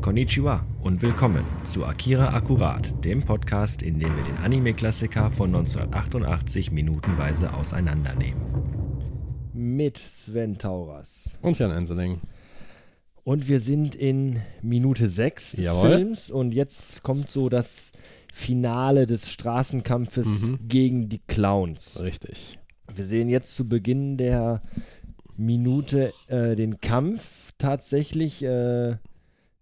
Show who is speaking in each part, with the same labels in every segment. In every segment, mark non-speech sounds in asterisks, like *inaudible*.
Speaker 1: Konnichiwa und willkommen zu Akira Akkurat, dem Podcast, in dem wir den Anime-Klassiker von 1988 minutenweise auseinandernehmen. Mit Sven Tauras.
Speaker 2: Und Jan Enseling.
Speaker 1: Und wir sind in Minute 6 des
Speaker 2: Jawohl.
Speaker 1: Films und jetzt kommt so das Finale des Straßenkampfes gegen die Clowns.
Speaker 2: Richtig.
Speaker 1: Wir sehen jetzt zu Beginn der Minute äh, den Kampf tatsächlich äh,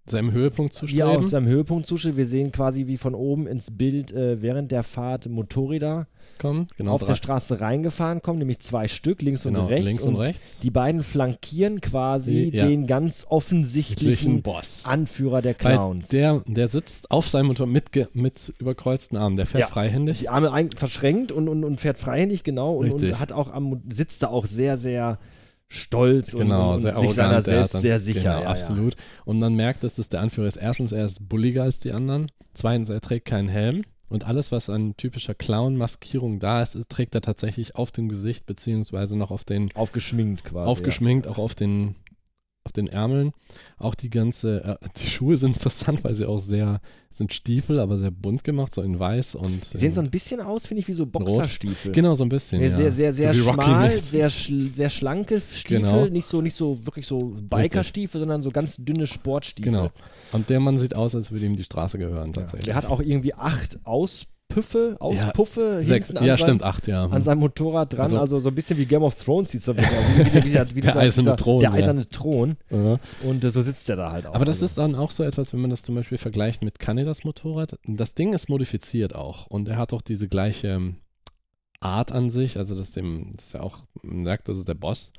Speaker 2: Seinem Höhepunkt zu
Speaker 1: hier auf
Speaker 2: streben.
Speaker 1: seinem Höhepunkt zuschnitt. Wir sehen quasi wie von oben ins Bild äh, während der Fahrt Motorräder
Speaker 2: kommen. Genau,
Speaker 1: auf
Speaker 2: drei-
Speaker 1: der Straße reingefahren kommen, nämlich zwei Stück, links
Speaker 2: genau,
Speaker 1: und rechts.
Speaker 2: links und, rechts.
Speaker 1: Die beiden flankieren quasi
Speaker 2: Die- ja.
Speaker 1: den ganz offensichtlichen
Speaker 2: Zwischen Boss.
Speaker 1: Anführer der
Speaker 2: Weil
Speaker 1: Clowns.
Speaker 2: der, der sitzt auf seinem Motor mit, ge- mit überkreuzten Armen. Der fährt
Speaker 1: Ja.
Speaker 2: freihändig.
Speaker 1: die Arme ein, verschränkt und, und, und fährt freihändig, genau, und, und
Speaker 2: Richtig.
Speaker 1: hat auch am, sitzt da auch sehr, sehr stolz und,
Speaker 2: Genau,
Speaker 1: und,
Speaker 2: sehr
Speaker 1: und sich
Speaker 2: arrogant.
Speaker 1: seiner
Speaker 2: er
Speaker 1: selbst
Speaker 2: hat dann-
Speaker 1: sehr sicher.
Speaker 2: Genau,
Speaker 1: ja,
Speaker 2: absolut. Und man merkt, dass das der Anführer ist. Erstens, er ist bulliger als die anderen. Zweitens, er trägt keinen Helm. Und alles, was an typischer Clown-Maskierung da ist, ist- trägt er tatsächlich auf dem Gesicht, beziehungsweise noch auf den
Speaker 1: Ja. Aufgeschminkt quasi.
Speaker 2: aufgeschminkt, auch auf den, auf den Ärmeln. Auch die ganze, äh, *laughs* die Schuhe sind interessant, weil sie auch sehr, sind Stiefel, aber sehr bunt gemacht, so in weiß und.
Speaker 1: Ja. Die sehen so
Speaker 2: in-
Speaker 1: ein bisschen aus, finde ich, wie so Boxerstiefel.
Speaker 2: genau, so ein bisschen.
Speaker 1: Nee,
Speaker 2: ja.
Speaker 1: Sehr, sehr, sehr
Speaker 2: so wie Rocky
Speaker 1: schmal,
Speaker 2: mäßig.
Speaker 1: sehr, schl sehr schlanke Stiefel,
Speaker 2: Genau.
Speaker 1: nicht so, nicht so wirklich so Bikerstiefel, sondern so ganz dünne Sportstiefel.
Speaker 2: *laughs* Genau. Und der Mann sieht aus, als würde ihm die Straße gehören,
Speaker 1: Ja.
Speaker 2: tatsächlich.
Speaker 1: Der hat auch irgendwie acht Auspüffe, Auspuffe
Speaker 2: Sechs,
Speaker 1: hinten an,
Speaker 2: ja,
Speaker 1: seinem-
Speaker 2: stimmt, acht, ja.
Speaker 1: an seinem Motorrad dran, also,
Speaker 2: Also-
Speaker 1: so ein bisschen wie Game of Thrones sieht es
Speaker 2: *laughs*
Speaker 1: da wirklich aus, wie, wie, wie, wie, wie
Speaker 2: Der
Speaker 1: dieser-
Speaker 2: eiserne
Speaker 1: dieser-
Speaker 2: Thron,
Speaker 1: Der
Speaker 2: ja.
Speaker 1: eiserne Thron
Speaker 2: Ja.
Speaker 1: und äh, so sitzt der da halt auch.
Speaker 2: Aber das
Speaker 1: also.
Speaker 2: ist dann auch so etwas, wenn man das zum Beispiel vergleicht mit Kanedas Motorrad. Das Ding ist modifiziert auch und er hat auch diese gleiche ähm, Art an sich, also dass dem, dass er auch man merkt, das ist der Boss.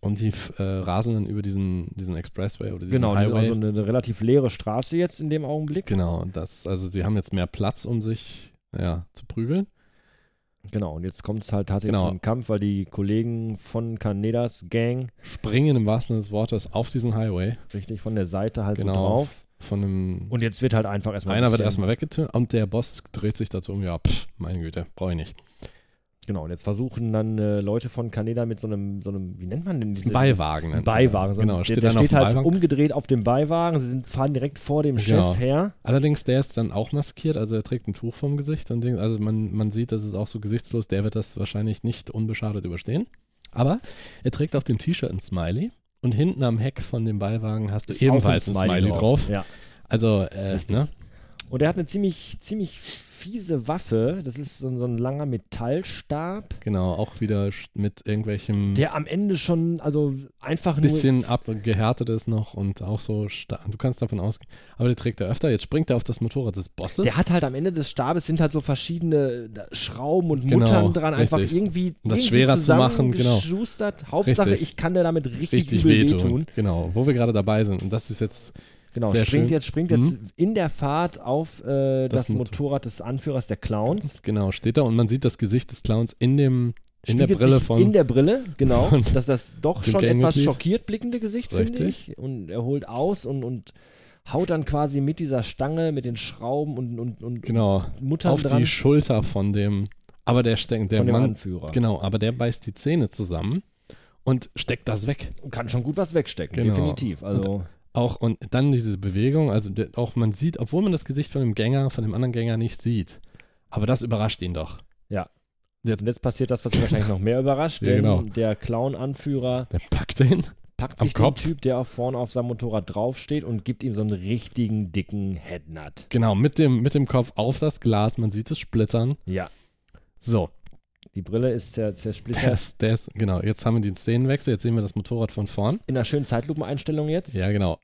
Speaker 2: Und die f- äh, rasen dann über diesen, diesen Expressway oder diesen
Speaker 1: Genau, das ist
Speaker 2: Highway.
Speaker 1: also eine, eine relativ leere Straße jetzt in dem Augenblick.
Speaker 2: genau, das, also sie haben jetzt mehr Platz, um sich ja, zu prügeln.
Speaker 1: Genau, und jetzt kommt es halt tatsächlich
Speaker 2: Genau.
Speaker 1: zum Kampf, weil die Kollegen von Kanedas Gang
Speaker 2: Springen im wahrsten Sinne des Wortes auf diesen Highway
Speaker 1: richtig von der Seite halt so
Speaker 2: Genau.
Speaker 1: drauf.
Speaker 2: von einem
Speaker 1: Und jetzt wird halt einfach erstmal. ein
Speaker 2: Einer wird
Speaker 1: bisschen-
Speaker 2: erstmal weggetürmt und der Boss dreht sich dazu um, ja, pff, meine Güte, brauche ich nicht.
Speaker 1: Genau, und jetzt versuchen dann äh, Leute von Kaneda mit so einem, so einem, wie nennt man denn
Speaker 2: Das ist
Speaker 1: diese?
Speaker 2: ein Beiwagen.
Speaker 1: Ein
Speaker 2: nennt man
Speaker 1: Beiwagen.
Speaker 2: das.
Speaker 1: So
Speaker 2: Genau,
Speaker 1: ein-
Speaker 2: steht
Speaker 1: der,
Speaker 2: dann
Speaker 1: der steht
Speaker 2: auf dem
Speaker 1: halt
Speaker 2: Beiwagen.
Speaker 1: umgedreht auf dem Beiwagen. Sie sind, fahren direkt vor dem
Speaker 2: Genau.
Speaker 1: Chef her.
Speaker 2: Allerdings, der ist dann auch maskiert, also er trägt ein Tuch vom Gesicht und Ding, also man, man sieht, das ist auch so gesichtslos, der wird das wahrscheinlich nicht unbeschadet überstehen. Aber er trägt auf dem T-Shirt ein Smiley und hinten am Heck von dem Beiwagen hast du
Speaker 1: Ist auch
Speaker 2: ebenfalls ein Smiley, drauf.
Speaker 1: Ja.
Speaker 2: Also, äh,
Speaker 1: Richtig.
Speaker 2: ne?
Speaker 1: Und er hat eine ziemlich, ziemlich fiese Waffe. Das ist so, ein- so ein langer Metallstab,
Speaker 2: Genau, auch wieder sch- mit irgendwelchem
Speaker 1: der am Ende schon, also einfach nur.
Speaker 2: bisschen abgehärtet ist noch und auch so, sta- du kannst davon ausgehen. Aber der trägt er öfter, jetzt springt er auf das Motorrad des Bosses.
Speaker 1: Der hat halt am Ende des Stabes sind halt so verschiedene da- Schrauben und
Speaker 2: Genau,
Speaker 1: Muttern dran, einfach
Speaker 2: richtig.
Speaker 1: irgendwie
Speaker 2: Um das
Speaker 1: irgendwie
Speaker 2: schwerer zu machen, genau.
Speaker 1: zusammengeschustert. Hauptsache,
Speaker 2: Richtig.
Speaker 1: ich kann der damit richtig,
Speaker 2: richtig
Speaker 1: übel
Speaker 2: wehtun.
Speaker 1: wehtun.
Speaker 2: Genau, wo wir gerade dabei sind. Und das ist jetzt,
Speaker 1: Genau,
Speaker 2: Sehr
Speaker 1: springt
Speaker 2: schön. Mhm.
Speaker 1: jetzt, springt jetzt in der Fahrt auf äh, das,
Speaker 2: Das Motor-
Speaker 1: Motorrad des Anführers der Clowns.
Speaker 2: genau, steht da und man sieht das Gesicht des Clowns in dem, in der
Speaker 1: Spiegelt
Speaker 2: Brille
Speaker 1: sich
Speaker 2: von.
Speaker 1: In der Brille, genau.
Speaker 2: von
Speaker 1: Dass das doch
Speaker 2: dem
Speaker 1: schon etwas
Speaker 2: Gangmitglied.
Speaker 1: schockiert blickende Gesicht, finde
Speaker 2: Richtig.
Speaker 1: ich. Und er holt aus und, und haut dann quasi mit dieser Stange, mit den Schrauben und, und, und
Speaker 2: genau,
Speaker 1: Muttern
Speaker 2: auf
Speaker 1: dran
Speaker 2: die Schulter von dem, aber der steckt, der
Speaker 1: von dem
Speaker 2: Mann,
Speaker 1: Anführer.
Speaker 2: genau, aber der beißt die Zähne zusammen und steckt das weg.
Speaker 1: Kann schon gut was wegstecken,
Speaker 2: Genau.
Speaker 1: definitiv. Also,
Speaker 2: Auch, und dann diese Bewegung, also der, auch man sieht, obwohl man das Gesicht von dem Gänger, von dem anderen Gänger nicht sieht, aber das überrascht ihn doch.
Speaker 1: und jetzt passiert das, was ihn wahrscheinlich noch mehr überrascht,
Speaker 2: *laughs* Ja,
Speaker 1: denn
Speaker 2: genau.
Speaker 1: der Clown-Anführer
Speaker 2: Der packt ihn
Speaker 1: packt
Speaker 2: Am
Speaker 1: sich
Speaker 2: Kopf.
Speaker 1: den Typ, der auf vorne auf seinem Motorrad draufsteht und gibt ihm so einen richtigen dicken Headnut.
Speaker 2: Genau, mit dem, mit dem Kopf auf das Glas, man sieht es splittern.
Speaker 1: Ja.
Speaker 2: So,
Speaker 1: Die Brille ist zer
Speaker 2: der
Speaker 1: zersplittert.
Speaker 2: ist, der ist, genau, jetzt haben wir den Szenenwechsel, jetzt sehen wir das Motorrad von vorn.
Speaker 1: In einer schönen Zeitlupeneinstellung jetzt.
Speaker 2: Ja, genau.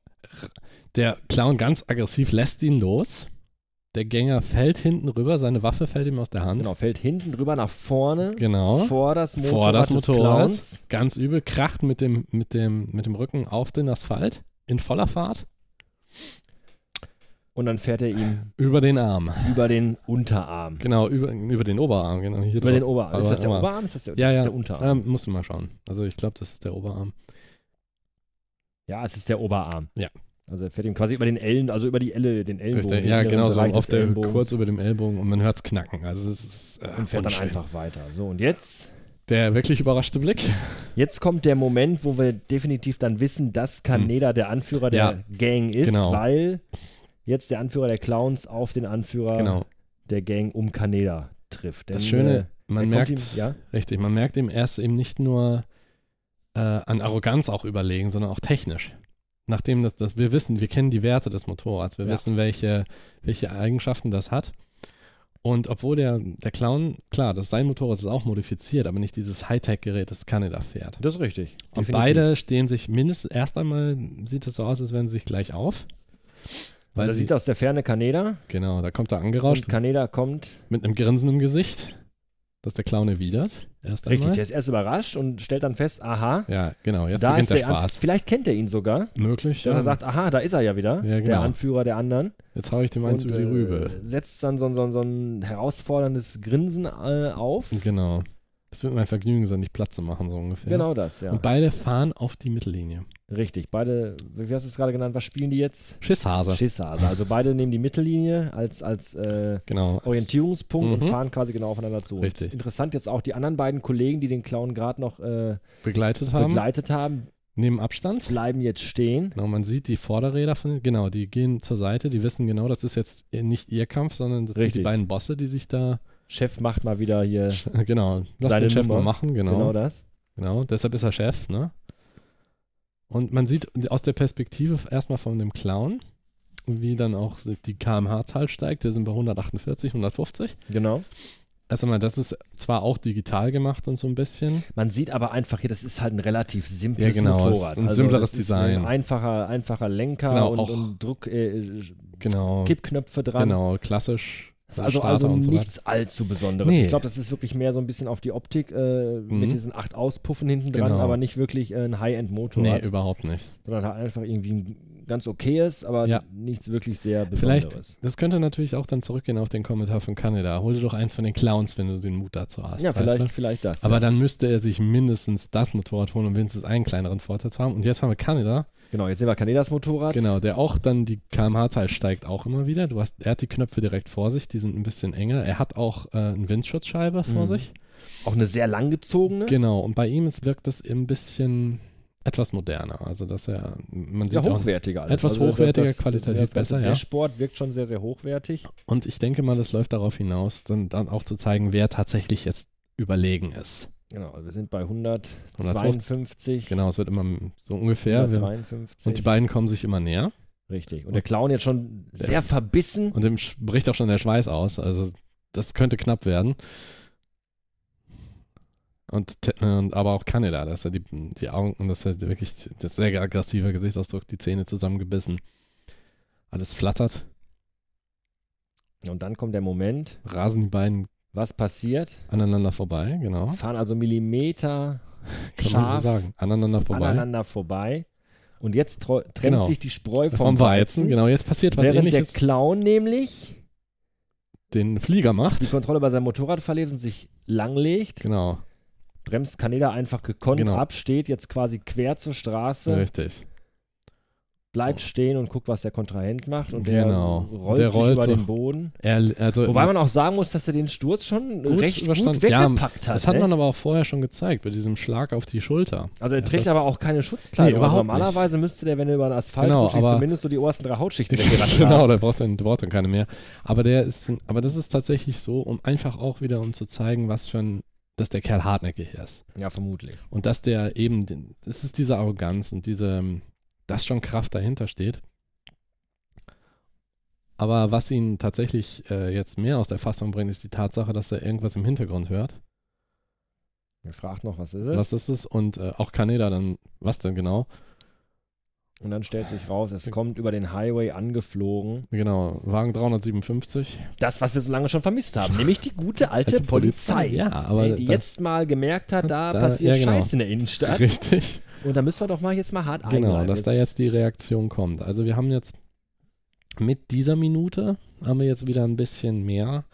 Speaker 2: Der Clown ganz aggressiv lässt ihn los. Der Gänger fällt hinten rüber, seine Waffe fällt ihm aus der Hand.
Speaker 1: Genau, fällt hinten drüber nach vorne.
Speaker 2: Genau.
Speaker 1: Vor das Motorrad.
Speaker 2: Vor das Motorrad.
Speaker 1: Des Clowns.
Speaker 2: Ganz übel, kracht mit dem, mit, dem, mit dem Rücken auf den Asphalt in voller Fahrt
Speaker 1: Und dann fährt er ihm
Speaker 2: über den Arm.
Speaker 1: über den Unterarm.
Speaker 2: Genau, über, über den Oberarm. Genau, hier
Speaker 1: Über
Speaker 2: drauf.
Speaker 1: den Oberarm. Ist
Speaker 2: Aber
Speaker 1: das der
Speaker 2: immer-
Speaker 1: Oberarm? Ist das der,
Speaker 2: Ja,
Speaker 1: das
Speaker 2: ja.
Speaker 1: Ist der Unterarm?
Speaker 2: Ähm, musst du mal schauen. Also ich glaube, das ist der Oberarm.
Speaker 1: Ja, es ist der Oberarm.
Speaker 2: Ja.
Speaker 1: Also er fährt ihm quasi über den Ellen, also über die Elle, den Ellenbogen.
Speaker 2: Richtig,
Speaker 1: den
Speaker 2: ja,
Speaker 1: inneren
Speaker 2: genau so
Speaker 1: Bereich
Speaker 2: auf
Speaker 1: des
Speaker 2: der
Speaker 1: Ellenbogens.
Speaker 2: kurz über dem Ellbogen und man hört es knacken. Also es ist äh,
Speaker 1: Und fährt dann
Speaker 2: unschön.
Speaker 1: einfach weiter. So, und jetzt
Speaker 2: Der wirklich überraschte Blick.
Speaker 1: Jetzt kommt der Moment, wo wir definitiv dann wissen, dass Kaneda der Anführer der
Speaker 2: Ja.
Speaker 1: Gang ist,
Speaker 2: Genau.
Speaker 1: weil jetzt der Anführer der Clowns auf den Anführer
Speaker 2: Genau.
Speaker 1: der Gang um Kaneda trifft.
Speaker 2: Das
Speaker 1: Denn,
Speaker 2: Schöne,
Speaker 1: äh,
Speaker 2: man
Speaker 1: er
Speaker 2: merkt,
Speaker 1: kommt ihm, ja?
Speaker 2: richtig, man merkt ihm erst eben nicht nur äh, an Arroganz auch überlegen, sondern auch technisch. Nachdem das, das, wir wissen, wir kennen die Werte des Motorrads, wir
Speaker 1: Ja.
Speaker 2: wissen, welche, welche Eigenschaften das hat. Und obwohl der, der Clown, klar, das sein Motorrad ist auch modifiziert, aber nicht dieses Hightech-Gerät, das Kanada fährt.
Speaker 1: Das ist richtig.
Speaker 2: Und
Speaker 1: Definitiv.
Speaker 2: beide stehen sich mindestens, erst einmal sieht es so aus, als wären sie sich gleich auf.
Speaker 1: Und
Speaker 2: Weil
Speaker 1: da
Speaker 2: sie,
Speaker 1: sieht aus der Ferne Kaneda.
Speaker 2: genau, da kommt er
Speaker 1: Und
Speaker 2: angerauscht
Speaker 1: Kaneda kommt.
Speaker 2: mit einem Grinsen im Gesicht, dass der Clown erwidert. Erst
Speaker 1: Richtig,
Speaker 2: einmal.
Speaker 1: der ist erst überrascht und stellt dann fest, aha,
Speaker 2: Ja, genau, jetzt
Speaker 1: da
Speaker 2: beginnt
Speaker 1: ist
Speaker 2: der
Speaker 1: der An-
Speaker 2: Spaß.
Speaker 1: Vielleicht kennt er ihn sogar.
Speaker 2: Möglich,
Speaker 1: Dass
Speaker 2: ja.
Speaker 1: er sagt, aha, da ist er ja wieder,
Speaker 2: Ja, genau.
Speaker 1: der Anführer der anderen.
Speaker 2: jetzt hau ich dem eins
Speaker 1: und,
Speaker 2: über die
Speaker 1: äh,
Speaker 2: Rübe.
Speaker 1: setzt dann so, ein- so, ein- so ein herausforderndes Grinsen äh, auf.
Speaker 2: Genau. Es wird mein Vergnügen sein, dich platt zu machen, so ungefähr.
Speaker 1: Genau das, ja.
Speaker 2: Und beide fahren auf die Mittellinie.
Speaker 1: Richtig, beide, wie hast du es gerade genannt, was spielen die jetzt?
Speaker 2: Schisshase.
Speaker 1: Schisshase. Also beide nehmen die Mittellinie als, als äh,
Speaker 2: genau.
Speaker 1: Orientierungspunkt und
Speaker 2: Mhm.
Speaker 1: fahren quasi genau aufeinander zu. Und
Speaker 2: Richtig.
Speaker 1: Interessant jetzt auch die anderen beiden Kollegen, die den Clown gerade noch äh,
Speaker 2: Begleitet haben.
Speaker 1: begleitet haben,
Speaker 2: nehmen Abstand.
Speaker 1: bleiben jetzt stehen.
Speaker 2: Genau, man sieht die Vorderräder von, genau, die gehen zur Seite, die wissen genau, das ist jetzt nicht ihr Kampf, sondern das sind
Speaker 1: Richtig.
Speaker 2: die beiden Bosse, die sich da,
Speaker 1: Chef macht mal wieder hier
Speaker 2: *laughs* genau, lass
Speaker 1: Seine
Speaker 2: den Chef
Speaker 1: Nummer.
Speaker 2: mal machen,
Speaker 1: genau,
Speaker 2: genau, genau,
Speaker 1: das.
Speaker 2: deshalb ist er Chef, ne? Und man sieht aus der Perspektive erstmal von dem Clown, wie dann auch die kmh-Zahl steigt, wir sind bei 148, 150.
Speaker 1: Genau.
Speaker 2: Also mal, das ist zwar auch digital gemacht und so ein bisschen,
Speaker 1: Man sieht aber einfach hier, das ist halt ein relativ simples
Speaker 2: Ja, genau, es ist
Speaker 1: Motorrad.
Speaker 2: ein
Speaker 1: also,
Speaker 2: simpleres
Speaker 1: das ist Ein
Speaker 2: Design.
Speaker 1: einfacher, einfacher Lenker
Speaker 2: Genau,
Speaker 1: und,
Speaker 2: auch-
Speaker 1: und Druck, äh,
Speaker 2: genau,
Speaker 1: Kippknöpfe dran.
Speaker 2: genau, klassisch,
Speaker 1: Also,
Speaker 2: Starter
Speaker 1: also
Speaker 2: und so weiter.
Speaker 1: nichts allzu Besonderes.
Speaker 2: Nee.
Speaker 1: Ich glaube, das ist wirklich mehr so ein bisschen auf die Optik äh, mit
Speaker 2: Mhm.
Speaker 1: diesen acht Auspuffen hinten dran,
Speaker 2: Genau.
Speaker 1: aber nicht wirklich äh, ein High-End-Motorrad,
Speaker 2: Nee, überhaupt nicht.
Speaker 1: sondern halt einfach irgendwie ein ganz okayes, aber
Speaker 2: Ja.
Speaker 1: nichts wirklich sehr
Speaker 2: Vielleicht,
Speaker 1: Besonderes.
Speaker 2: das könnte natürlich auch dann zurückgehen auf den Kommentar von Kanada. Hol dir doch eins von den Clowns, wenn du den Mut dazu hast.
Speaker 1: ja,
Speaker 2: weißt
Speaker 1: vielleicht,
Speaker 2: Du?
Speaker 1: vielleicht das.
Speaker 2: Aber
Speaker 1: ja.
Speaker 2: dann müsste er sich mindestens das Motorrad holen, um wenigstens einen kleineren Vorteil zu haben. Und jetzt haben wir Kanada,
Speaker 1: Genau, jetzt sehen wir Kanedas Motorrad.
Speaker 2: genau, der auch dann die kmh-Zahl steigt auch immer wieder. Du hast, er hat die Knöpfe direkt vor sich, die sind ein bisschen enger. Er hat auch äh, eine Windschutzscheibe vor
Speaker 1: Mhm.
Speaker 2: sich.
Speaker 1: Auch eine sehr langgezogene.
Speaker 2: Genau, und bei ihm ist, wirkt das ein bisschen etwas moderner. Also, dass er, man sieht
Speaker 1: Ja,
Speaker 2: auch,
Speaker 1: hochwertiger. alles. Also
Speaker 2: etwas
Speaker 1: das-
Speaker 2: hochwertiger,
Speaker 1: das-
Speaker 2: qualitativ
Speaker 1: das ganze
Speaker 2: besser, ja.
Speaker 1: Dashboard wirkt schon sehr, sehr hochwertig.
Speaker 2: und ich denke mal, das läuft darauf hinaus, dann, dann auch zu zeigen, wer tatsächlich jetzt überlegen ist.
Speaker 1: Genau, also wir sind bei 152,
Speaker 2: Genau, es wird immer so ungefähr. Wir,
Speaker 1: 153.
Speaker 2: und die beiden kommen sich immer näher.
Speaker 1: Richtig. Und der Clown jetzt schon sehr verbissen.
Speaker 2: Und dem sch- bricht auch schon der Schweiß aus. Also, das könnte knapp werden. Und, Te- und aber auch Kanada, dass er die, die Augen und das er wirklich das sehr aggressive Gesichtsausdruck, die Zähne zusammengebissen. Alles flattert,
Speaker 1: Und dann kommt der Moment,
Speaker 2: rasen die beiden
Speaker 1: was passiert?
Speaker 2: aneinander vorbei, genau.
Speaker 1: Fahren also Millimeter
Speaker 2: *laughs* Kann man so
Speaker 1: Scharf.
Speaker 2: sagen. Aneinander vorbei.
Speaker 1: aneinander vorbei. Und jetzt treu- trennt
Speaker 2: Genau.
Speaker 1: sich die Spreu vom,
Speaker 2: vom Weizen, genau. Jetzt passiert was
Speaker 1: Während der
Speaker 2: ähnliches.
Speaker 1: Clown nämlich
Speaker 2: den Flieger
Speaker 1: die
Speaker 2: macht.
Speaker 1: Kontrolle bei seinem Motorrad verliert und sich langlegt,
Speaker 2: Genau,
Speaker 1: bremst Kaneda einfach gekonnt
Speaker 2: Genau.
Speaker 1: ab, steht jetzt quasi quer zur Straße.
Speaker 2: richtig.
Speaker 1: bleibt stehen und guckt, was der Kontrahent macht und
Speaker 2: Genau.
Speaker 1: der rollt
Speaker 2: Der
Speaker 1: sich
Speaker 2: rollt
Speaker 1: über
Speaker 2: so.
Speaker 1: den Boden.
Speaker 2: Er, also
Speaker 1: Wobei man auch sagen muss, dass er den Sturz schon
Speaker 2: Gut
Speaker 1: recht
Speaker 2: überstanden.
Speaker 1: gut weggepackt hat.
Speaker 2: Das hat
Speaker 1: ne?
Speaker 2: man aber auch vorher schon gezeigt, bei diesem Schlag auf die Schulter.
Speaker 1: also er
Speaker 2: Ja,
Speaker 1: trägt
Speaker 2: das-
Speaker 1: aber auch keine Schutzkleidung.
Speaker 2: Nee, überhaupt
Speaker 1: also normalerweise müsste der, wenn er über den Asphalt
Speaker 2: Genau,
Speaker 1: rutscht, sich
Speaker 2: aber-
Speaker 1: zumindest so die obersten drei
Speaker 2: *laughs*
Speaker 1: Hautschichten weggelassen
Speaker 2: genau,
Speaker 1: haben.
Speaker 2: der braucht dann, der braucht dann keine mehr. Aber der ist, ein- aber das ist tatsächlich so, um einfach auch wieder, um zu zeigen, was für ein, dass der Kerl hartnäckig ist.
Speaker 1: Ja, vermutlich.
Speaker 2: Und dass der eben, den- es ist diese Arroganz und diese, dass schon Kraft dahinter steht. Aber was ihn tatsächlich äh, jetzt mehr aus der Fassung bringt, ist die Tatsache, dass er irgendwas im Hintergrund hört.
Speaker 1: Er fragt noch, was ist es?
Speaker 2: Was ist es? Und äh, auch Kaneda dann, was denn genau?
Speaker 1: Und dann stellt sich raus, es kommt über den Highway angeflogen.
Speaker 2: Genau, Wagen 357.
Speaker 1: Das, was wir so lange schon vermisst haben, nämlich die gute alte
Speaker 2: Alte
Speaker 1: Polizei.
Speaker 2: Ja, aber
Speaker 1: Ey, die
Speaker 2: da-
Speaker 1: jetzt mal gemerkt hat, da,
Speaker 2: Da-
Speaker 1: passiert
Speaker 2: ja, genau.
Speaker 1: Scheiß in der Innenstadt.
Speaker 2: richtig.
Speaker 1: Und da müssen wir doch mal jetzt mal hart
Speaker 2: Genau,
Speaker 1: eingreifen.
Speaker 2: dass da jetzt die Reaktion kommt. Also wir haben jetzt mit dieser Minute haben wir jetzt wieder ein bisschen mehr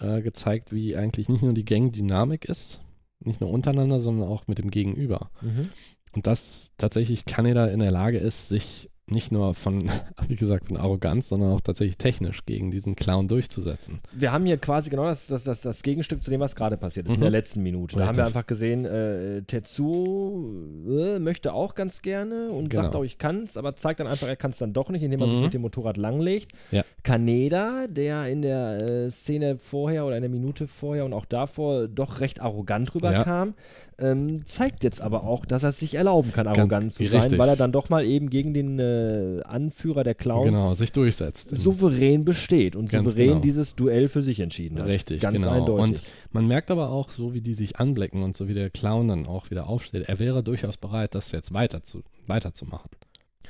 Speaker 2: äh, gezeigt, wie eigentlich nicht nur die Gang-Dynamik ist, nicht nur untereinander, sondern auch mit dem Gegenüber.
Speaker 1: Mhm.
Speaker 2: Und dass tatsächlich Kanada in der Lage ist, sich nicht nur von, *laughs* wie gesagt, von Arroganz, sondern auch tatsächlich technisch gegen diesen Clown durchzusetzen.
Speaker 1: Wir haben hier quasi genau das, das, das, das Gegenstück zu dem, was gerade passiert ist, in
Speaker 2: Mhm.
Speaker 1: der letzten Minute. Da haben wir
Speaker 2: Richtig.
Speaker 1: einfach gesehen, äh, Tetsuo äh, möchte auch ganz gerne und sagt
Speaker 2: Genau.
Speaker 1: auch, ich kann's, aber zeigt dann einfach, er kann's dann doch nicht, indem er sich
Speaker 2: Mhm.
Speaker 1: mit dem Motorrad langlegt.
Speaker 2: Ja.
Speaker 1: Kaneda, der in der äh, Szene vorher oder in der Minute vorher und auch davor doch recht arrogant rüberkam, ähm, zeigt jetzt aber auch, dass er es sich erlauben kann,
Speaker 2: Ganz
Speaker 1: arrogant zu sein,
Speaker 2: richtig.
Speaker 1: weil er dann doch mal eben gegen den äh, Anführer der Clowns
Speaker 2: Genau, sich durchsetzt.
Speaker 1: souverän besteht und
Speaker 2: Ganz
Speaker 1: souverän
Speaker 2: genau.
Speaker 1: dieses Duell für sich entschieden hat.
Speaker 2: Richtig,
Speaker 1: Ganz
Speaker 2: genau.
Speaker 1: eindeutig.
Speaker 2: Und man merkt aber auch, so wie die sich anblicken und so wie der Clown dann auch wieder aufsteht, er wäre durchaus bereit, das jetzt weiter zu, weiterzumachen.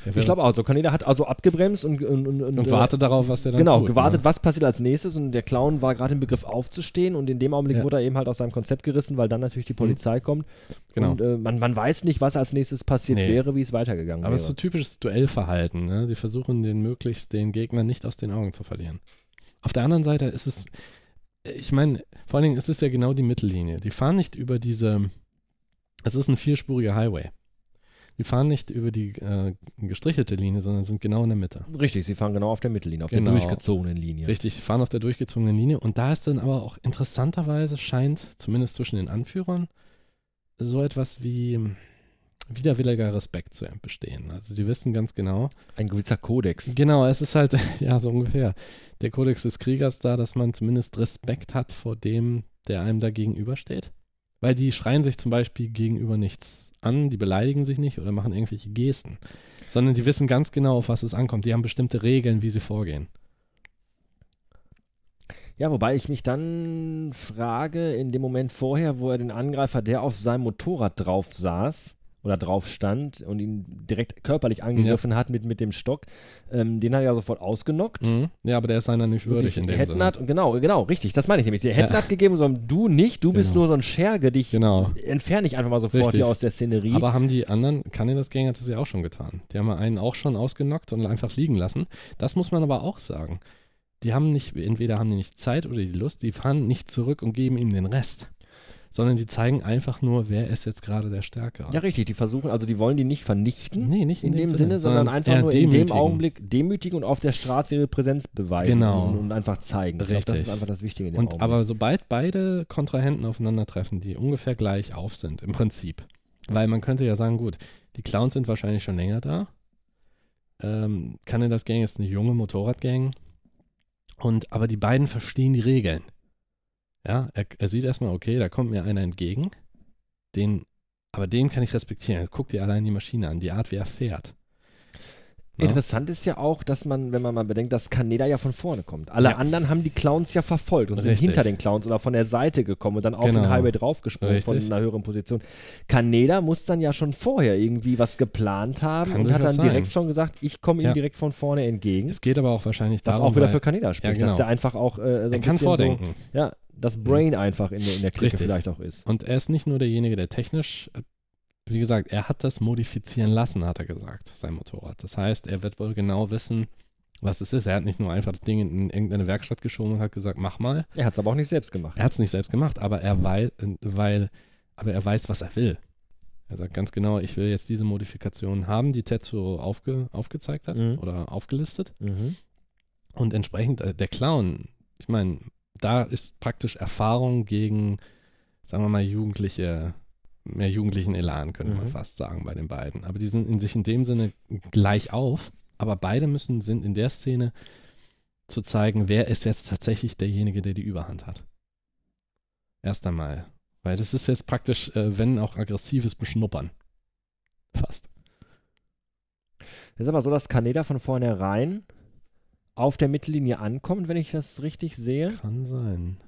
Speaker 2: Er wäre-
Speaker 1: ich glaube auch, so Kaneda hat also abgebremst und, und, und,
Speaker 2: und
Speaker 1: äh,
Speaker 2: wartet darauf, was er dann
Speaker 1: Genau,
Speaker 2: tut,
Speaker 1: gewartet,
Speaker 2: Ne?
Speaker 1: was passiert als nächstes und der Clown war gerade im Begriff aufzustehen und in dem Augenblick
Speaker 2: Ja. Mhm.
Speaker 1: wurde er eben halt aus seinem Konzept gerissen, weil dann natürlich die Polizei kommt.
Speaker 2: Genau.
Speaker 1: Und äh, man, man weiß nicht, was als nächstes passiert
Speaker 2: Nee.
Speaker 1: wäre, wie es weitergegangen
Speaker 2: Aber es ist so
Speaker 1: wäre.
Speaker 2: typisches Duellverhalten. Ne? Die versuchen, den möglichst den Gegner nicht aus den Augen zu verlieren. Auf der anderen Seite ist es, ich meine, vor allen Dingen ist es ja genau die Mittellinie. Die fahren nicht über diese, es ist ein vierspuriger Highway. Die fahren nicht über die äh, gestrichelte Linie, sondern sind genau in der Mitte.
Speaker 1: Richtig, sie fahren genau auf der Mittellinie, auf
Speaker 2: Genau.
Speaker 1: der durchgezogenen Linie.
Speaker 2: Richtig, die fahren auf der durchgezogenen Linie. Und da ist dann aber auch interessanterweise scheint, zumindest zwischen den Anführern, so etwas wie ähm, widerwilliger Respekt zu bestehen. Also die wissen ganz genau.
Speaker 1: Ein gewisser Kodex.
Speaker 2: Genau, es ist halt, *laughs* ja, so ungefähr der Kodex des Kriegers da, dass man zumindest Respekt hat vor dem, der einem da gegenübersteht. Weil die schreien sich zum Beispiel gegenüber nichts an, die beleidigen sich nicht oder machen irgendwelche Gesten. Sondern die wissen ganz genau, auf was es ankommt. Die haben bestimmte Regeln, wie sie vorgehen.
Speaker 1: Ja, wobei ich mich dann frage, in dem Moment vorher, wo er den Angreifer, der auf seinem Motorrad drauf saß oder drauf stand und ihn direkt körperlich angegriffen hat mit, mit dem Stock, ähm, den hat er ja sofort ausgenockt.
Speaker 2: Mhm. Ja, aber der ist seiner nicht würdig in
Speaker 1: Die
Speaker 2: dem
Speaker 1: hätten
Speaker 2: Sinne.
Speaker 1: hat, genau, genau, richtig, das meine ich nämlich. Die hätten
Speaker 2: Ja.
Speaker 1: hat gegeben, sondern du nicht, du bist
Speaker 2: Genau.
Speaker 1: nur so ein Scherge, dich
Speaker 2: Genau.
Speaker 1: entferne ich einfach mal sofort
Speaker 2: Richtig.
Speaker 1: hier aus der Szenerie.
Speaker 2: Aber haben die anderen, Kanadas Gang hat das ja auch schon getan. Die haben ja einen auch schon ausgenockt und einfach liegen lassen. Das muss man aber auch sagen. Die haben nicht, entweder haben die nicht Zeit oder die Lust, die fahren nicht zurück und geben ihm den Rest. Sondern die zeigen einfach nur, wer ist jetzt gerade der Stärkere.
Speaker 1: ja, richtig, die versuchen, also die wollen die nicht vernichten.
Speaker 2: nee, nicht
Speaker 1: In dem Sinne, sondern einfach
Speaker 2: eher
Speaker 1: nur in dem
Speaker 2: demütigen.
Speaker 1: Augenblick demütigen und auf der Straße ihre Präsenz beweisen
Speaker 2: Genau.
Speaker 1: und, und einfach zeigen. Ich glaube, das
Speaker 2: Richtig.
Speaker 1: ist einfach das Wichtige in dem
Speaker 2: Und,
Speaker 1: Augenblick.
Speaker 2: aber ne? sobald beide Kontrahenten aufeinandertreffen, die ungefähr gleich auf sind, im Prinzip, weil man könnte ja sagen, gut, die Clowns sind wahrscheinlich schon länger da. Ähm, Kanadas Gang ist eine junge Motorradgang. Und, aber die beiden verstehen die Regeln. Ja, er, er sieht erstmal, okay, da kommt mir einer entgegen. Den, aber den kann ich respektieren. Guck dir allein die Maschine an, die Art, wie er fährt. Ne?
Speaker 1: Interessant ist ja auch, dass man, wenn man mal bedenkt, dass Kaneda ja von vorne kommt. Alle
Speaker 2: Ja.
Speaker 1: anderen haben die Clowns ja verfolgt und sind
Speaker 2: Richtig.
Speaker 1: hinter den Clowns oder von der Seite gekommen und dann auf den
Speaker 2: Genau.
Speaker 1: Highway draufgesprungen von
Speaker 2: Richtig.
Speaker 1: einer höheren Position. Kaneda muss dann ja schon vorher irgendwie was geplant haben
Speaker 2: Kann
Speaker 1: und hat
Speaker 2: durchaus
Speaker 1: dann direkt
Speaker 2: sein.
Speaker 1: schon gesagt, ich komme ihm
Speaker 2: Ja.
Speaker 1: direkt von vorne entgegen.
Speaker 2: Es geht aber auch wahrscheinlich
Speaker 1: Das
Speaker 2: darum,
Speaker 1: Mhm. auch wieder
Speaker 2: weil
Speaker 1: für Kaneda spricht,
Speaker 2: genau.
Speaker 1: dass er einfach auch äh, so ein
Speaker 2: er
Speaker 1: bisschen
Speaker 2: kann vordenken.
Speaker 1: So, ja, das Brain einfach in der, in der Clique
Speaker 2: Mhm. Richtig.
Speaker 1: vielleicht auch ist.
Speaker 2: Und er ist nicht nur derjenige, der technisch, äh, wie gesagt, er hat das modifizieren lassen, hat er gesagt, sein Motorrad. Das heißt, er wird wohl genau wissen, was es ist. Er hat nicht nur einfach das Ding in irgendeine Werkstatt geschoben und hat gesagt, mach mal.
Speaker 1: Er hat es aber auch nicht selbst gemacht.
Speaker 2: Er hat es nicht selbst gemacht, aber er weiß, weil, aber er weiß, was er will. Er sagt ganz genau, ich will jetzt diese Modifikation haben, die Tetsuo aufge, aufgezeigt hat
Speaker 1: Mhm.
Speaker 2: oder aufgelistet.
Speaker 1: Mhm.
Speaker 2: Und entsprechend äh, der Clown, ich meine, da ist praktisch Erfahrung gegen, sagen wir mal, Jugendliche, mehr jugendlichen Elan, könnte man
Speaker 1: Mhm.
Speaker 2: fast sagen, bei den beiden. Aber die sind in sich in dem Sinne gleich auf, aber beide müssen, sind in der Szene zu zeigen, wer ist jetzt tatsächlich derjenige, der die Überhand hat. Erst einmal. Weil das ist jetzt praktisch, äh, wenn auch aggressives Beschnuppern. Fast.
Speaker 1: Es ist aber so, dass Kaneda von vornherein auf der Mittellinie ankommt, wenn ich das richtig sehe.
Speaker 2: Kann sein.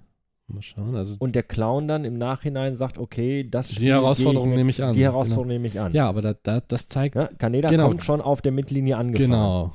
Speaker 2: Mal schauen. Also
Speaker 1: Und der Clown dann im Nachhinein sagt, okay, das Spiel
Speaker 2: die Herausforderung
Speaker 1: gehe ich
Speaker 2: nehme ich
Speaker 1: mir,
Speaker 2: an.
Speaker 1: Die
Speaker 2: Genau.
Speaker 1: Herausforderung nehme ich an.
Speaker 2: Ja, aber da, da, das zeigt.
Speaker 1: Ja, Kaneda
Speaker 2: Genau.
Speaker 1: kommt schon auf der Mittellinie angefahren.
Speaker 2: genau.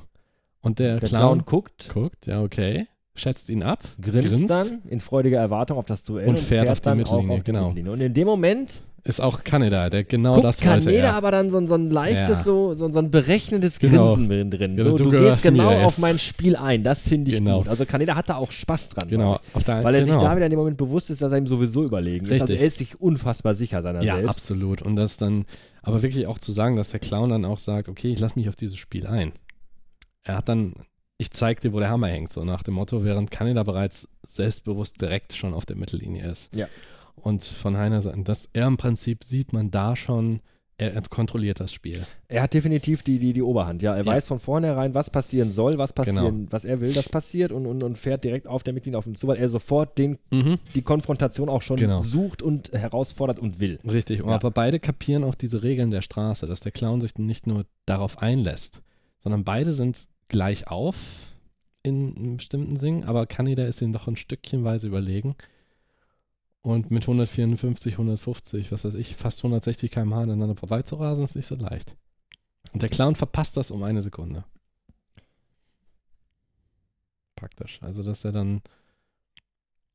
Speaker 2: Und der,
Speaker 1: Der Clown,
Speaker 2: Clown,
Speaker 1: guckt,
Speaker 2: guckt, ja, okay. Schätzt ihn ab.
Speaker 1: grinst, dann in freudiger Erwartung auf das Duell
Speaker 2: Und fährt auf die
Speaker 1: dann
Speaker 2: Mittellinie,
Speaker 1: auch auf die
Speaker 2: genau.
Speaker 1: Mittellinie. Und in dem Moment
Speaker 2: Ist auch Kaneda, der genau das
Speaker 1: guckt
Speaker 2: wollte.
Speaker 1: Kaneda
Speaker 2: er.
Speaker 1: aber dann so, ein- so ein leichtes,
Speaker 2: Ja.
Speaker 1: so, so, so ein berechnendes
Speaker 2: Genau.
Speaker 1: Grinsen drin. drin.
Speaker 2: Ja,
Speaker 1: So,
Speaker 2: du
Speaker 1: du
Speaker 2: gehörst
Speaker 1: gehst genau
Speaker 2: mir jetzt.
Speaker 1: auf mein Spiel ein, das finde ich
Speaker 2: Genau.
Speaker 1: gut. Also Kaneda hat da auch Spaß dran.
Speaker 2: Genau. Auf der,
Speaker 1: Weil er
Speaker 2: genau.
Speaker 1: sich da wieder in dem Moment bewusst ist, dass er ihm sowieso überlegen ist. Also
Speaker 2: Richtig.
Speaker 1: er ist sich unfassbar sicher seiner
Speaker 2: Ja,
Speaker 1: selbst.
Speaker 2: absolut. Und das dann, aber wirklich auch zu sagen, dass der Clown dann auch sagt, okay, ich lasse mich auf dieses Spiel ein. er hat dann, ich zeig dir, wo der Hammer hängt, so nach dem Motto, während Kaneda bereits selbstbewusst direkt schon auf der Mittellinie ist.
Speaker 1: Ja.
Speaker 2: Und von Heiner, dass er im Prinzip sieht man da schon, er, er kontrolliert das Spiel.
Speaker 1: Er hat definitiv die, die, die Oberhand, ja. Er
Speaker 2: Ja. Genau.
Speaker 1: weiß von vornherein, was passieren soll, was passieren, was er will, das passiert und, und, und fährt direkt auf der Mitglied auf ihn zu, weil er sofort den,
Speaker 2: Mhm.
Speaker 1: die Konfrontation auch schon
Speaker 2: Genau.
Speaker 1: sucht und herausfordert und will.
Speaker 2: Richtig,
Speaker 1: Ja.
Speaker 2: aber beide kapieren auch diese Regeln der Straße, dass der Clown sich nicht nur darauf einlässt, sondern beide sind gleich auf in einem bestimmten Singen, aber Kaneda ist ihnen doch ein Stückchenweise überlegen. Und mit 154, 150, was weiß ich, fast 160 km/h aneinander vorbeizurasen, ist nicht so leicht. Und der Clown verpasst das um eine Sekunde. Praktisch. Also, dass er dann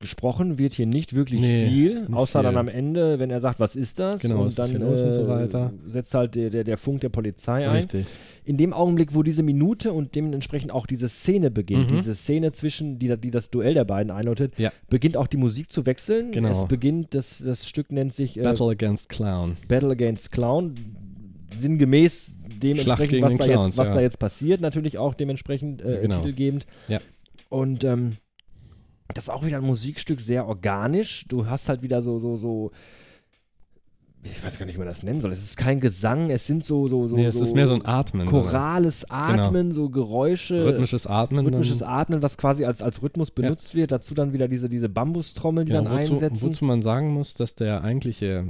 Speaker 1: Gesprochen wird hier nicht wirklich
Speaker 2: Nee,
Speaker 1: viel,
Speaker 2: nicht
Speaker 1: außer
Speaker 2: viel.
Speaker 1: dann am Ende, wenn er sagt, was ist das?
Speaker 2: Genau,
Speaker 1: und
Speaker 2: was ist
Speaker 1: dann
Speaker 2: hier los
Speaker 1: äh,
Speaker 2: und so weiter.
Speaker 1: setzt halt der, der, der Funk der Polizei ein.
Speaker 2: richtig.
Speaker 1: in dem Augenblick, wo diese Minute und dementsprechend auch diese Szene beginnt,
Speaker 2: Mhm.
Speaker 1: diese Szene zwischen, die, da- die das Duell der beiden einläutet,
Speaker 2: Ja.
Speaker 1: beginnt auch die Musik zu wechseln.
Speaker 2: Genau.
Speaker 1: Es beginnt, das, das Stück nennt sich äh, Battle.
Speaker 2: Battle against Clown.
Speaker 1: Against Clown. Sinngemäß
Speaker 2: Schlacht
Speaker 1: dementsprechend,
Speaker 2: gegen
Speaker 1: was,
Speaker 2: den
Speaker 1: da,
Speaker 2: Clowns,
Speaker 1: jetzt, was
Speaker 2: ja.
Speaker 1: da jetzt passiert, natürlich auch dementsprechend äh,
Speaker 2: Genau.
Speaker 1: titelgebend.
Speaker 2: Ja.
Speaker 1: Und ähm, das ist auch wieder ein Musikstück, sehr organisch. Du hast halt wieder so, so, so. Ich weiß gar nicht, wie man das nennen soll. Es ist kein Gesang, es sind so, so, so.
Speaker 2: nee, es ist mehr so ein Atmen.
Speaker 1: chorales Atmen, so Geräusche,
Speaker 2: Rhythmisches Atmen.
Speaker 1: rhythmisches
Speaker 2: dann,
Speaker 1: Atmen, was quasi als, als Rhythmus benutzt wird. Dazu dann wieder diese, diese Bambustrommeln, die dann
Speaker 2: Genau, wozu,
Speaker 1: einsetzen.
Speaker 2: wozu man sagen muss, dass der eigentliche,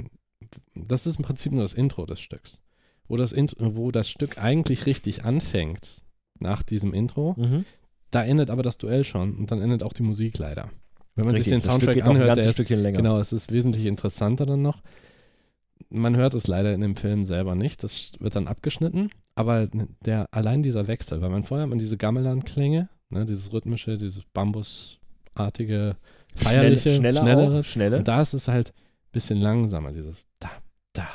Speaker 2: das ist im Prinzip nur das Intro des Stücks. Wo das, Int- wo das Stück eigentlich richtig anfängt nach diesem Intro,
Speaker 1: Mhm.
Speaker 2: da endet aber das Duell schon und dann endet auch die Musik leider. Wenn man
Speaker 1: Richtig,
Speaker 2: sich den
Speaker 1: das Stück
Speaker 2: Soundtrack
Speaker 1: geht noch ein
Speaker 2: anhört, der
Speaker 1: ganzes
Speaker 2: ist,
Speaker 1: Stückchen länger.
Speaker 2: genau, es ist wesentlich interessanter dann noch. Man hört es leider in dem Film selber nicht, das wird dann abgeschnitten, aber der, allein dieser Wechsel, weil man vorher hat man diese Gamelan-Klänge, ne, dieses rhythmische, dieses Bambusartige, feierliche,
Speaker 1: Schnell, schneller,
Speaker 2: schnellere,
Speaker 1: auch, ne? schneller.
Speaker 2: und da ist es halt ein bisschen langsamer, dieses da, da.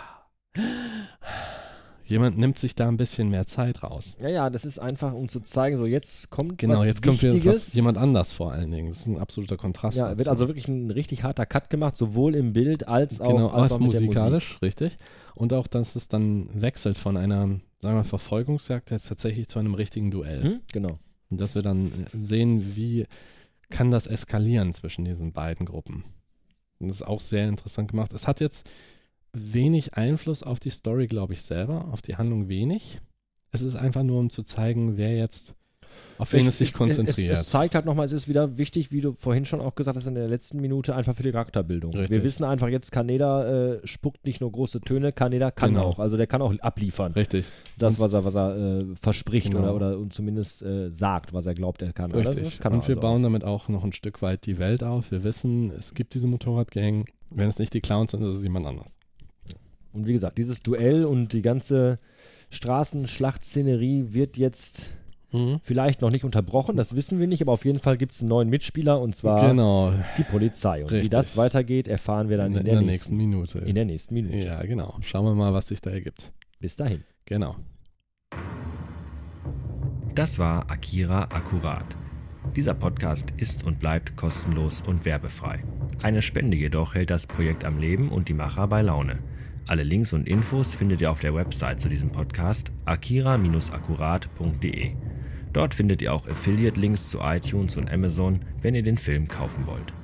Speaker 2: Jemand nimmt sich da ein bisschen mehr Zeit raus.
Speaker 1: Ja, ja, das ist einfach, um zu zeigen, so jetzt kommt
Speaker 2: Genau,
Speaker 1: was
Speaker 2: jetzt kommt
Speaker 1: Wichtiges.
Speaker 2: jetzt was, jemand anders vor allen Dingen. Das ist ein absoluter Kontrast.
Speaker 1: ja, wird
Speaker 2: dazu.
Speaker 1: also wirklich ein richtig harter Cut gemacht, sowohl im Bild als auch,
Speaker 2: genau,
Speaker 1: als
Speaker 2: auch
Speaker 1: auch mit der Musik.
Speaker 2: musikalisch, richtig. Und auch, dass es dann wechselt von einer, sagen wir mal, Verfolgungsjagd jetzt tatsächlich zu einem richtigen Duell.
Speaker 1: Hm? Genau.
Speaker 2: Und dass wir dann äh, sehen, wie kann das eskalieren zwischen diesen beiden Gruppen. Und das ist auch sehr interessant gemacht. Es hat jetzt wenig Einfluss auf die Story, glaube ich, selber, auf die Handlung wenig. Es ist einfach nur, um zu zeigen, wer jetzt auf wen es sich konzentriert.
Speaker 1: äh, Es, es zeigt halt nochmal, es ist wieder wichtig, wie du vorhin schon auch gesagt hast, in der letzten Minute einfach für die Charakterbildung. Wir
Speaker 2: Richtig.
Speaker 1: wissen einfach jetzt, Kaneda äh, spuckt nicht nur große Töne, Kaneda kann
Speaker 2: Genau.
Speaker 1: auch. Also der kann auch abliefern,
Speaker 2: Richtig.
Speaker 1: das, was er, was er äh, verspricht
Speaker 2: Genau.
Speaker 1: oder, oder und zumindest äh, sagt, was er glaubt, er kann.
Speaker 2: Richtig.
Speaker 1: Das, das kann
Speaker 2: und
Speaker 1: er
Speaker 2: wir
Speaker 1: also. auch.
Speaker 2: bauen damit auch noch ein Stück weit die Welt auf. Wir wissen, es gibt diese Motorradgang. Wenn es nicht die Clowns sind, ist es jemand anders.
Speaker 1: Und wie gesagt, dieses Duell und die ganze Straßenschlachtszenerie wird jetzt vielleicht noch nicht unterbrochen, das wissen wir nicht, aber auf jeden Fall gibt es einen neuen Mitspieler und zwar
Speaker 2: Genau.
Speaker 1: die Polizei. Und wie
Speaker 2: Richtig.
Speaker 1: das weitergeht, erfahren wir dann in,
Speaker 2: in
Speaker 1: der,
Speaker 2: der
Speaker 1: nächsten,
Speaker 2: nächsten Minute.
Speaker 1: in der nächsten Minute.
Speaker 2: ja, genau. Schauen wir mal, was sich da ergibt.
Speaker 1: Bis dahin.
Speaker 2: Genau.
Speaker 1: Das war Akira Akkurat.
Speaker 3: Dieser Podcast ist und bleibt kostenlos und werbefrei. Eine Spende jedoch hält das Projekt am Leben und die Macher bei Laune. Alle Links und Infos findet ihr auf der Website zu diesem Podcast akira-akkurat.de. Dort findet ihr auch Affiliate-Links zu iTunes und Amazon, wenn ihr den Film kaufen wollt.